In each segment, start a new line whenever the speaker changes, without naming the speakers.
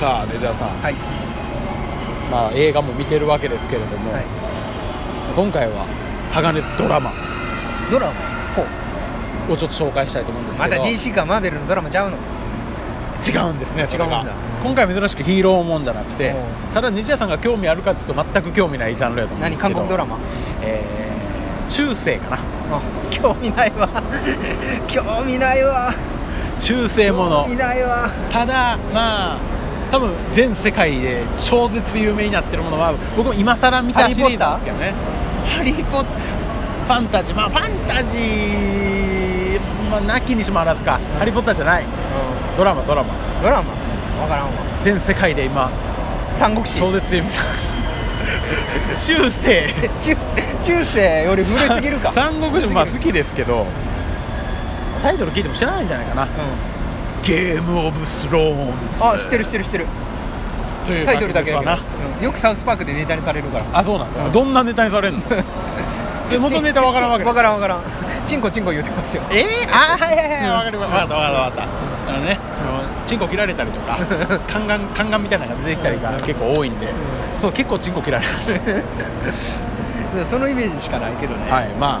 さあメジャーさん、
はい、
まあ、映画も見てるわけですけれども、
はい、
今回は鋼鉄ドラマ
ドラマ
をちょっと紹介したいと思うんです
ま
け
た
ど
DC かマーベルのドラマちゃうの
違うんですねそれ
違う
が
んだ
今回珍しくヒーローもんじゃなくて
おう
ただ西谷さんが興味あるかっていうと全く興味ないジャンルやと思うんです
何
け
韓
ど
国ドラマ
えー中世かな
あ興味ない わ興味ないわ
中世もの
興味ないわ
ただまあ多分全世界で超絶有名になってるものは僕も今更見たシリーズなんですけどねハリー・ポッターファンタジーまあファンタジーまあなきにしもあらずか、ハリー・ポッターじゃないドラマドラマ
ドラマわからんわ
全世界で今
三国志
超絶有名 中世
え中世中世より古すぎるか
三国志もまあ好き
で
ですけどタイトル聞いても知らないんじゃないかな、ゲーム・オブ・スローンズ
あ知ってる知ってる知ってる
という
タイトルだけや
作
け
品で
ど
すわな、
うんよくサウスパークでネタにされるから
あそうなんですか、
うん
どんなネタにさ れるのえ元ネタわからんわけ
わからんわからんチンコチンコ言う てますよ
えー、あーはいはいはい
うん
わかりましたわかったわかったわかったあのねあのチンコ切られたりとか宦官宦官みたいなのが出てきたりが結構多いんで、
う
そう結構チンコ切られるん ですよ
でもそのイメージしかないけどね、
はいまあ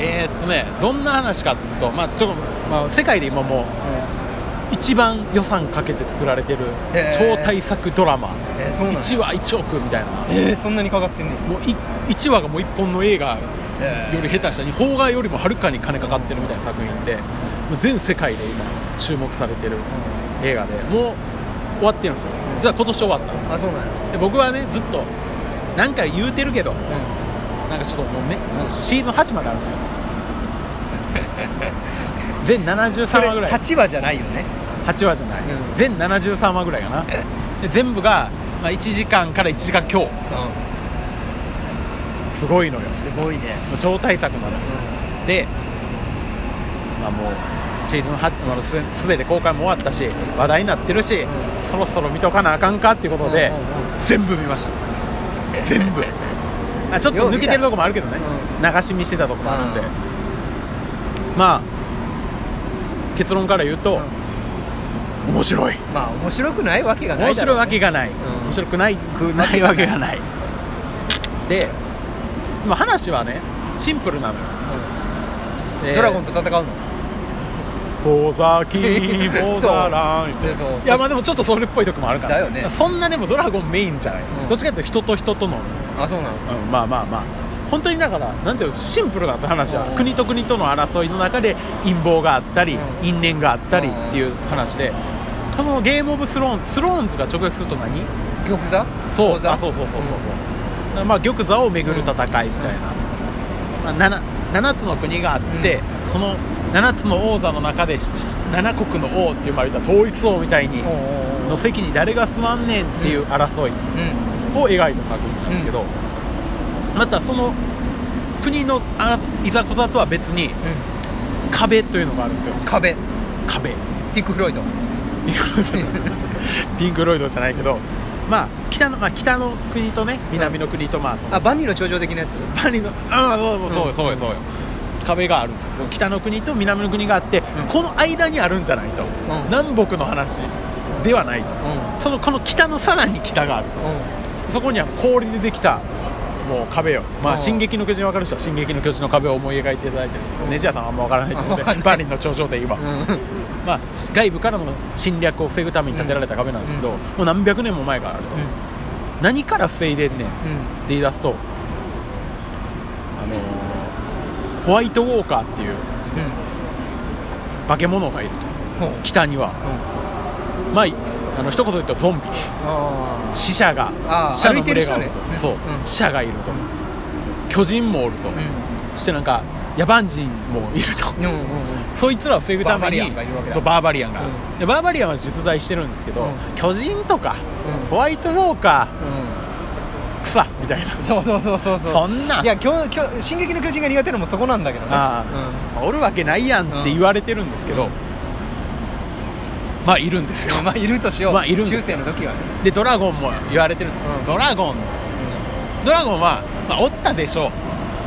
えーっとねどんな話かっつうと、まあちょっとまあ、世界で今もう一番予算かけて作られてる
へー
超大作ドラマ、
えーそうなんや
1話1億みたいな
えーそんなにかかってんねん
もう1話がもう1本の映画
えー
より下手したに邦画よりもはるかに金かかってるみたいな作品でもう全世界で今注目されてる映画でもう終わってるんですよ
うん
実は今年終わったんですよ
あそうなんや
で僕はねずっとなんか言うてるけどなんかちょっともうめなんかシーズン8まであるん ですよ全73話ぐ
それ
らい
8話じゃないよね
8話じゃない、
うん
全73話ぐらいかなで全部が、まあ、1時間から1時間強すごい のよ
すごいね、
もう超大作なのよ
う
で、まあ、もうシーズン8まあす全て公開も終わったし話題になってるし、
う
そろそろ見とかなあかんかっていうことで、
うんうんう
全部見ました全 部あちょっと抜けてるとこもあるけどね、
う
流し見してたとこもあるんで、
うん
まあ結論から言うと、面白い
まあ面白くないわけがない
面
だ
白い
ろ
う
ね
わけがない、
うん
面白くないくないわけがないで、まあ、話はねシンプルなのよ
うん
で
ドラゴンと戦うの
ボザキボザラン言っ
そうそう
ていやまあでもちょっとそれっぽいとこもあるから
だよね
そんなでもドラゴンメインじゃない、
うん
どっちかというと人と人との、
あそうなの
うん、まあまあまあ本当にだからなんていうのシンプルなんです話は、
うん
国と国との争いの中で陰謀があったり、
うん
因縁があったりっていう話で、このゲームオブスローンズスローンズが直訳すると何
玉座
そう
王座
あそうそうそうそうそう、まあ玉座を巡る戦いみたいな、まあ、7, 7つの国があって、その7つの王座の中で7国の王っていうまあ言ったら統一王みたいに
おうおうおう
の席に誰が座んねんっていう争い
うん
を描いた作品なんですけど、
うん
またその国のあいざこざとは別に
う
壁というのがあるんですよ
ん、壁
壁
ピック・フロイド
ピンクロイドじゃないピンクロイドじゃないけど、まあ北のまあ、北の国とね南の国とまあその
あ万里の頂上的なやつ
パリのああそうそうそうそうよそうよ、壁があるんですよその北の国と南の国があって、
ん
この間にあるんじゃないと、
ん
南北の話ではないと、
う
そのこの北のさらに北がある
う
そこには氷でできたもう壁よ、ま
う
あ、
ん
進撃の巨人分かる人は進撃の巨人の壁を思い描いていただいてるんですよ、
うん
ネジ屋さんはあんま分からないと思うの
あわか
で
んない
バーリンの頂上で言えば、
ん、うん
まあ、外部からの侵略を防ぐために建てられた壁なんですけど、
うん
もう何百年も前からあると、何から防いでんねんって
う
言い出すと、あのーホワイトウォーカーっていうん
うん
化け物がいると
ほう
北には、
うん
まあいあの一言で言うとゾンビ
あー
死者が
あー
死者の群れがおると
歩いてる人ね
そう、
うん
死者がいると、
うん
巨人もおると、
うん
そしてなんか野蛮人もいると、
うんうんうん
そいつらを防ぐために
バーバリアンがいるわけだ
そうバーバリアンが、
うん
でバーバリアンは実在してるんですけど、
うん
巨人とか、
うん
ホワイトウォーカー草みたいな
うんそうそうそうそうう
そんない
や今日今日進撃の巨人が苦手なのもそこなんだけどね
ああ、おるわけないやんって言われてるんですけど、
うん
まあいるんですよ、
うんまあ いるとしよう、
まあいるんで
中
す
世
よ
の時はね、
でドラゴンも言われてるんです、
うん
ドラゴンドラゴンは、まあ、おったでしょう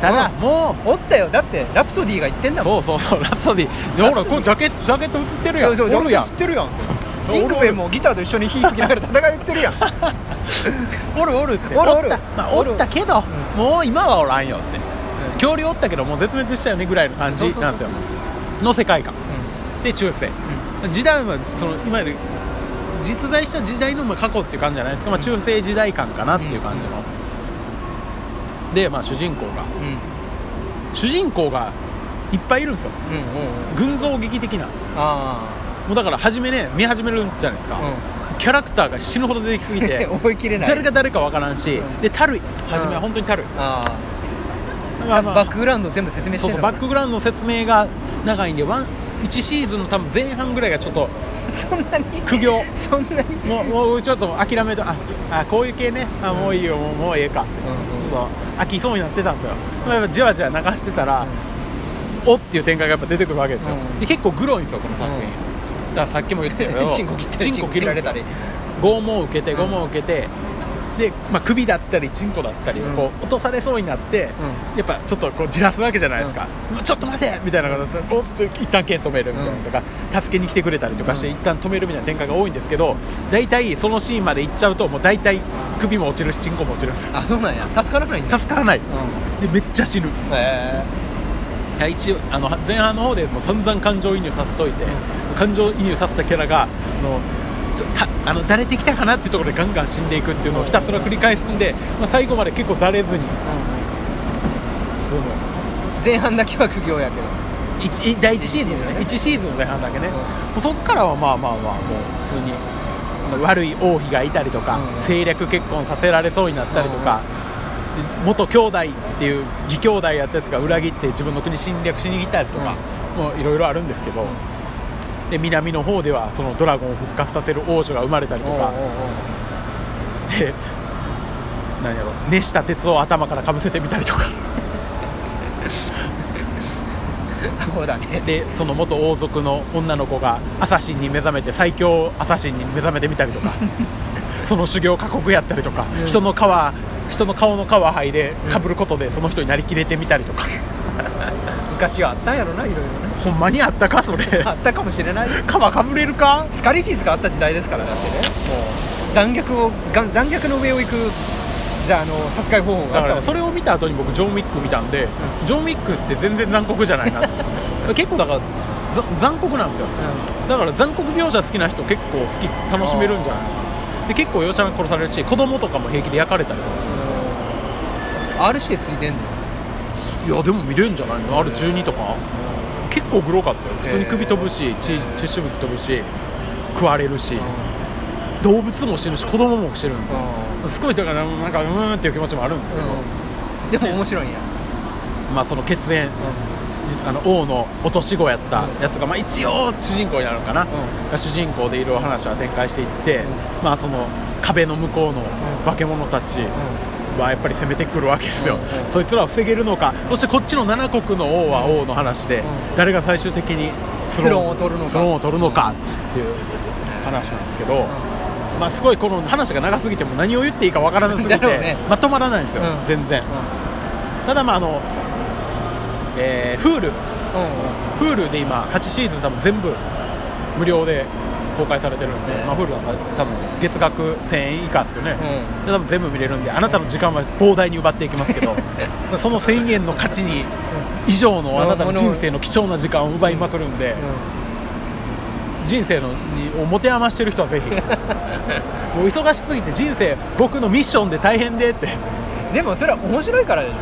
ただ、
うん
もう
おったよだってラプソディが言ってんだもん
そうそうそうラプソディで
ラ
ほら
プソディ
このジャケットジャケット映ってるやん
そう
おるやん
知ってるやん
そう
インクベンもギターと一緒に火吹きながら戦って るやんおるおるって
お
お
る
る
った、まあ、おったけど、
うん
もう今はおらんよって、恐竜おったけどもう絶滅したよねぐらいの感じなんですよ
そうそうそう
の世界観
う
で中世
ん
時代はそのいわゆる実在した時代のまあ過去っていう感じじゃないですか、まあ、中世時代感かなっていう感じの、で、まあ、主人公が
うん
主人公がいっぱいいるんですよ
うんうんうん
群像劇的な
あ
もうだから初めね見始めるんじゃないですか、
う
キャラクターが死ぬほど出てきすぎて
覚えきれない
誰が誰かわからんし、
うん
でたるい初めは本当にたるい、
あああ、
まあまあ
バックグラウンド全部説明し
そ
て
う
る
そうバックグ
ラ
ラウンドの説明が長いんでワン1シーズンの多分前半ぐらいがちょっと
ウンドそんなに
苦行
そんなに
もうもうちょっと諦めとああこういう系ねあもういいよ、もうもうええかって、
うんうん
ちょっと飽きそうになってたんですよ、まあやっぱじわじわ流してたら、おっていう展開がやっぱ出てくるわけですよ、
うん
で結構グロいんですよこの作品、
うん
だからさっきも言ったよ
チンコ切ったり
チンコ切るんですよ
チンコ切られたり
拷問を受けて
うん
拷問を受けて、で、まあ、首だったりチンコだったりをこう落とされそうになって、
う
やっぱちょっとこうじらすわけじゃないですか、ちょっと待てみたいなことだったらおっと一旦剣止めるみたいなのとか、助けに来てくれたりとかして
うん
一旦止めるみたいな展開が多いんですけど大体そのシーンまで行っちゃうともう大体首も落ちるしチンコも落ちるんですよ
あそうなんや助からないんだ
助からない、
う
でめっちゃ死ぬ
へえ
いや一応あの前半の方でもう散々感情移入させといて、
うん
感情移入させたキャラがあのちょたあのだれてきたかなっていうところでガンガン死んでいくっていうのをひたすら繰り返すんで、まあ、最後まで結構だれずに進む
前半だけは苦行やけど
一い第1シーズンじゃない1シーズンの前半だけね、
うん
もうそっからはまあまあまあもう普通にあの悪い王妃がいたりとか、
うん
政略結婚させられそうになったりとか、で元兄弟っていう義兄弟やったやつが裏切って自分の国侵略しに来たりとか、もういろいろあるんですけど、で南の方ではそのドラゴンを復活させる王女が生まれたりとか、
おうおうおう
でなんやろ熱した鉄を頭からかぶせてみたりとか。
あそうだね
でその元王族の女の子がアサシンに目覚めて最強アサシンに目覚めてみたりとか その修行過酷やったりとか、
うん
人の皮人の顔の皮剥いでかぶることでその人になりきれてみたりとか、
昔はあったんやろないろいろね
ほんまにあったか それ
あったかもしれない
皮かぶれるか
スカリフィスがあった時代ですからだってねもう残虐をが残虐の上を行くじゃああの殺害方法が
だ
あ
か
った
らそれを見た後に僕ジョン・ウィック見たんで、
うん
ジョン・ウィックって全然残酷じゃないな 結構だからざ残酷なんですよ、だから残酷描写好きな人結構好き楽しめるんじゃないで結構容赦なく殺されるし子供とかも平気で焼かれたりとかする
R してついてんの
いやでも見れるんじゃないのあれ12とか結構グロかったよ普通に首飛ぶ
へ
し
ー
血血しぶき飛ぶし食われるし動物も死ぬし子供も死ぬんですよ
うん
少しだからなんかうーんっていう気持ちもあるんですけど、
うんでも面白いんや
まあその血縁じあの王の落とし子やったやつが、まあ、一応主人公になるのかな、
ん
が主人公でいろいろ話は展開していって、
うん
まあその壁の向こうの
ん
化け物たちはやっぱり攻めてくるわけですよ、
うんうん
そいつらを防げるのかそしてこっちの7国の王は王の話で、
うん
誰が最終的に
スローンを取るのか
スローンを取るのかっていう話なんですけど、まあすごいこの話が長すぎても何を言っていいかわからなすぎて、
だろうね
まとまらないんですよ、
うん
全然、
う
ただまああの、えー、Hulu
んうんうん
Hulu で今8シーズン多分全部無料で公開されてるんで、
ね
まあ、Hulu は多分月額1000円以下ですよね、
うん
で多分全部見れるんであなたの時間は膨大に奪っていきますけ どその1000円の価値に以上のあなたの人生の貴重な時間を奪いまくるんで、人生のにを持て余してる人は ぜひもう忙しすぎて人生僕のミッションで大変でって
でもそれは面白いからでし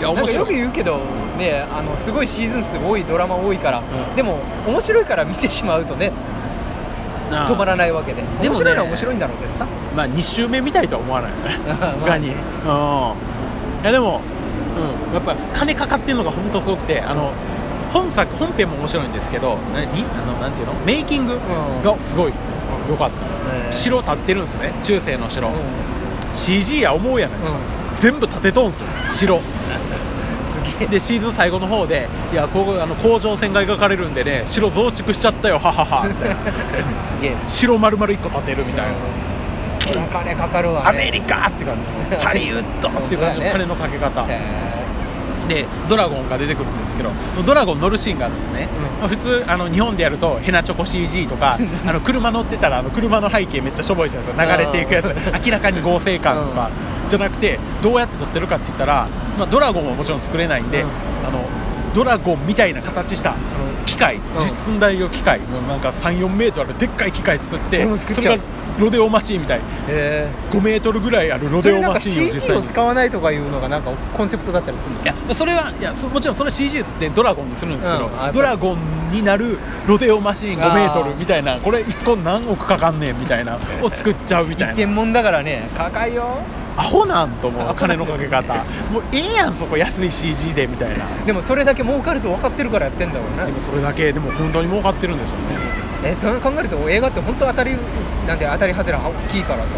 ょ
いや面白い
なんかよく言うけどねあのすごいシーズン数多いドラマ多いから、
うん
でも面白いから見てしまうとね止まらないわけで
でもね
面白いのは面白いんだろうけどさ
まあ2週目見たいとは思わないよね さすがに、うんいやでも、うん、やっぱ金かかってるのが本当すごくてあの本作本編も面白いんですけどなにあのなんていうのメイキング
ん
がすごい良かった、
へえ
城立ってるんですね中世の城、
うん
CG や思うやないですか、
うん
全部立てとんすよ城
す げえ
でシーズン最後の方でいやここあの甲状腺が描かれるんでね城増築しちゃったよはははみたい な
すげえ
城丸々1個建てるみたいな、
な金かかるわ、ね、
アメリカって感じのハリウッドっていう感じの金のかけ方、
へえ
でドラゴンが出てくるんですけどドラゴン乗るシーンがあるんですね、
うん
まあ普通あの日本でやるとヘナチョコ CG とかあの車乗ってたらあの車の背景めっちゃしょぼいじゃないですか流れていくや
あー
つ明らかに合成感とかじゃなくてどうやって撮ってるかって言ったら、まあ、ドラゴンはもちろん作れないんで、
うん
あのドラゴンみたいな形したあの機械、実寸大の機械もうなんか34メートルあるでっかい機械作って
それも作っち
そ
ゃう
れがロデオマシーンみたい
へ
5メートルぐらいある
え
ロデオマシーンを実際
を
に
使わないとかいうのがなんかコンセプトだったりするの
いやそれはいやそもちろんその CG つってドラゴンにするんですけど、
うんあ
ドラゴンになるロデオマシーン
あー
5メートルみたいなこれ1個何億かかんねんみたいなを作っちゃうみた
一
い
点
な
もんだからね高いよ
アホなんと思
ア
う
ホな
金
ん
のかけ方もうええやんそこ安い CG でみたいな
でもそれだけ儲かると分かってるからやってんだろうな
でもそれだけでも本当に儲かってるんでしょうね
えどう考えると映画って本当当たりなんて当たり外れ大きいからさ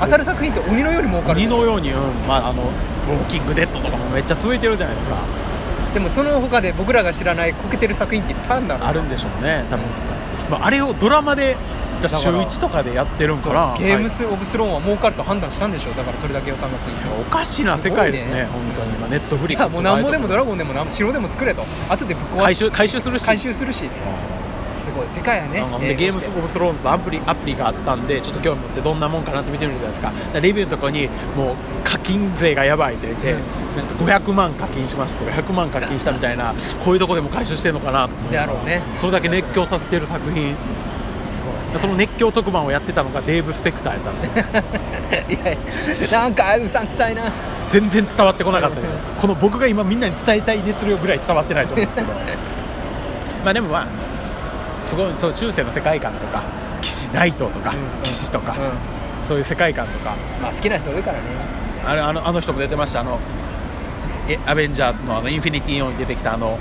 当たる作品って鬼のように儲かる
鬼のように、うんまあ、あのウォーキングデッドとかもめっちゃ続いてるじゃないですか
でもその他で僕らが知らないこけてる作品っていっぱいあるんだろうな
あるんでしょうね多分、まあ、あれをドラマでじゃあ
だ
週
から
1とかでやってるんかな
そうゲーム
はい
ス・オブ・スローンは儲かると判断したんでしょうだからそれだけ予算がついて
おかしな世界ですね、
すごい
本当に、まあ、ネットフ
い
リッ
や
クス
もう何もでもドラ
ン
ゴンでも何も城でも作れと後でぶっ壊す
回収回収するし、
回収するし
あ
すごい世界や
ー
ね
なんかほんでゲームス・オブ・スローンズのアプリアプリがあったんで、ちょっと興味持って、どんなもんかなって見てみるじゃないですか、だからレビューのとこに、もう課金税がやばいって言って、
うん
なんか500万課金しましたとか、100万課金したみたいな、こういうとこでも回収してるのかなと思
であろうね
それだけ熱狂させてる作品、
すごい
その熱狂特番をやってたのがデーブ・スペクターやったんですよ。
いやなんかうさんくさいな
全然伝わってこなかったけど、この僕が今、みんなに伝えたい熱量ぐらい伝わってないと思うんですけど、まあでもまあ、すごい、そう中世の世界観とか、騎士ナイトとか、
うん
騎士とか、
う
そういう世界観とか、
まあ好きな人多いからね
あれあのあの人も出てました、あの、えアベンジャーズのあのインフィニティオンに出てきたあの、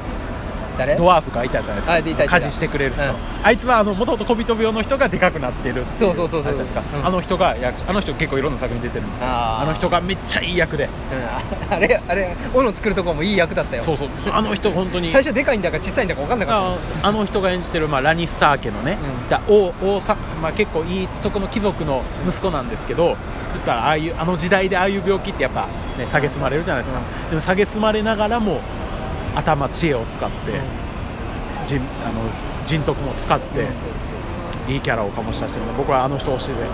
誰
ドワーフがいたじゃないです
あ
か
いたいたいた
家事してくれる人、
うん
あいつはあの元々小人病の人がでかくなってるってい
そうそうそうそう
あれじゃないですか、
うん
あの人が役あの人結構いろんな作品出てるんですよ
あ
あ
ー
の人がめっちゃいい役で
うんああれあれ斧作るとこもいい役だったよ
そうそうあの 人本当に
最初でかいんだか小さいんだか分かんなか
あ
っ
あの人が演じてる、まあ、ラニスター家のね、
うん
だ王王さまあ、結構いいとこの貴族の息子なんですけど、だからああいうあの時代でああいう病気ってやっぱ、ね、蔑まれるじゃないですか、でも蔑まれながらも頭、知恵を使って、人あの人徳も使って、いいキャラを醸し出してるので僕はあの人推しで。
たうん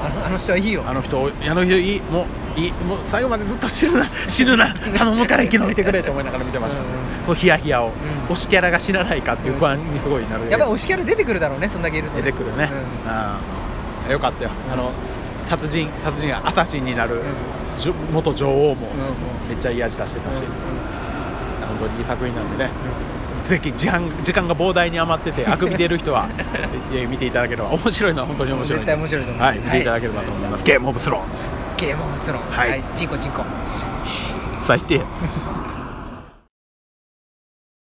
あのあの人はいいよ
あの人、あの人いい、もう、いい、もう最後までずっと死ぬな、死ぬな、頼むから生き延びてくれと思いながら見てました、ね
うん。
こうヒヤヒヤを、
うん
推しキャラが死なないかっていう不安にすごいなる。
やっぱ推しキャラ出てくるだろうねそんだけいると
出てくるね。
うん
ああ、よかったよ。あの、殺人、殺人がアサシンになる、
うん
じょ元女王も、
うん
めっちゃいい味出してたし、
うん
本当にいい作品なんでね。ぜひ時間時間が膨大に余って て、あくび出る人はえ見ていただければ、面白いのは本当に面白いんで、
絶対面白いと思う
はい、見ていただければと思います、ゲームオブスローンです。
ゲームオブスローン
はい
チンコチンコ
最低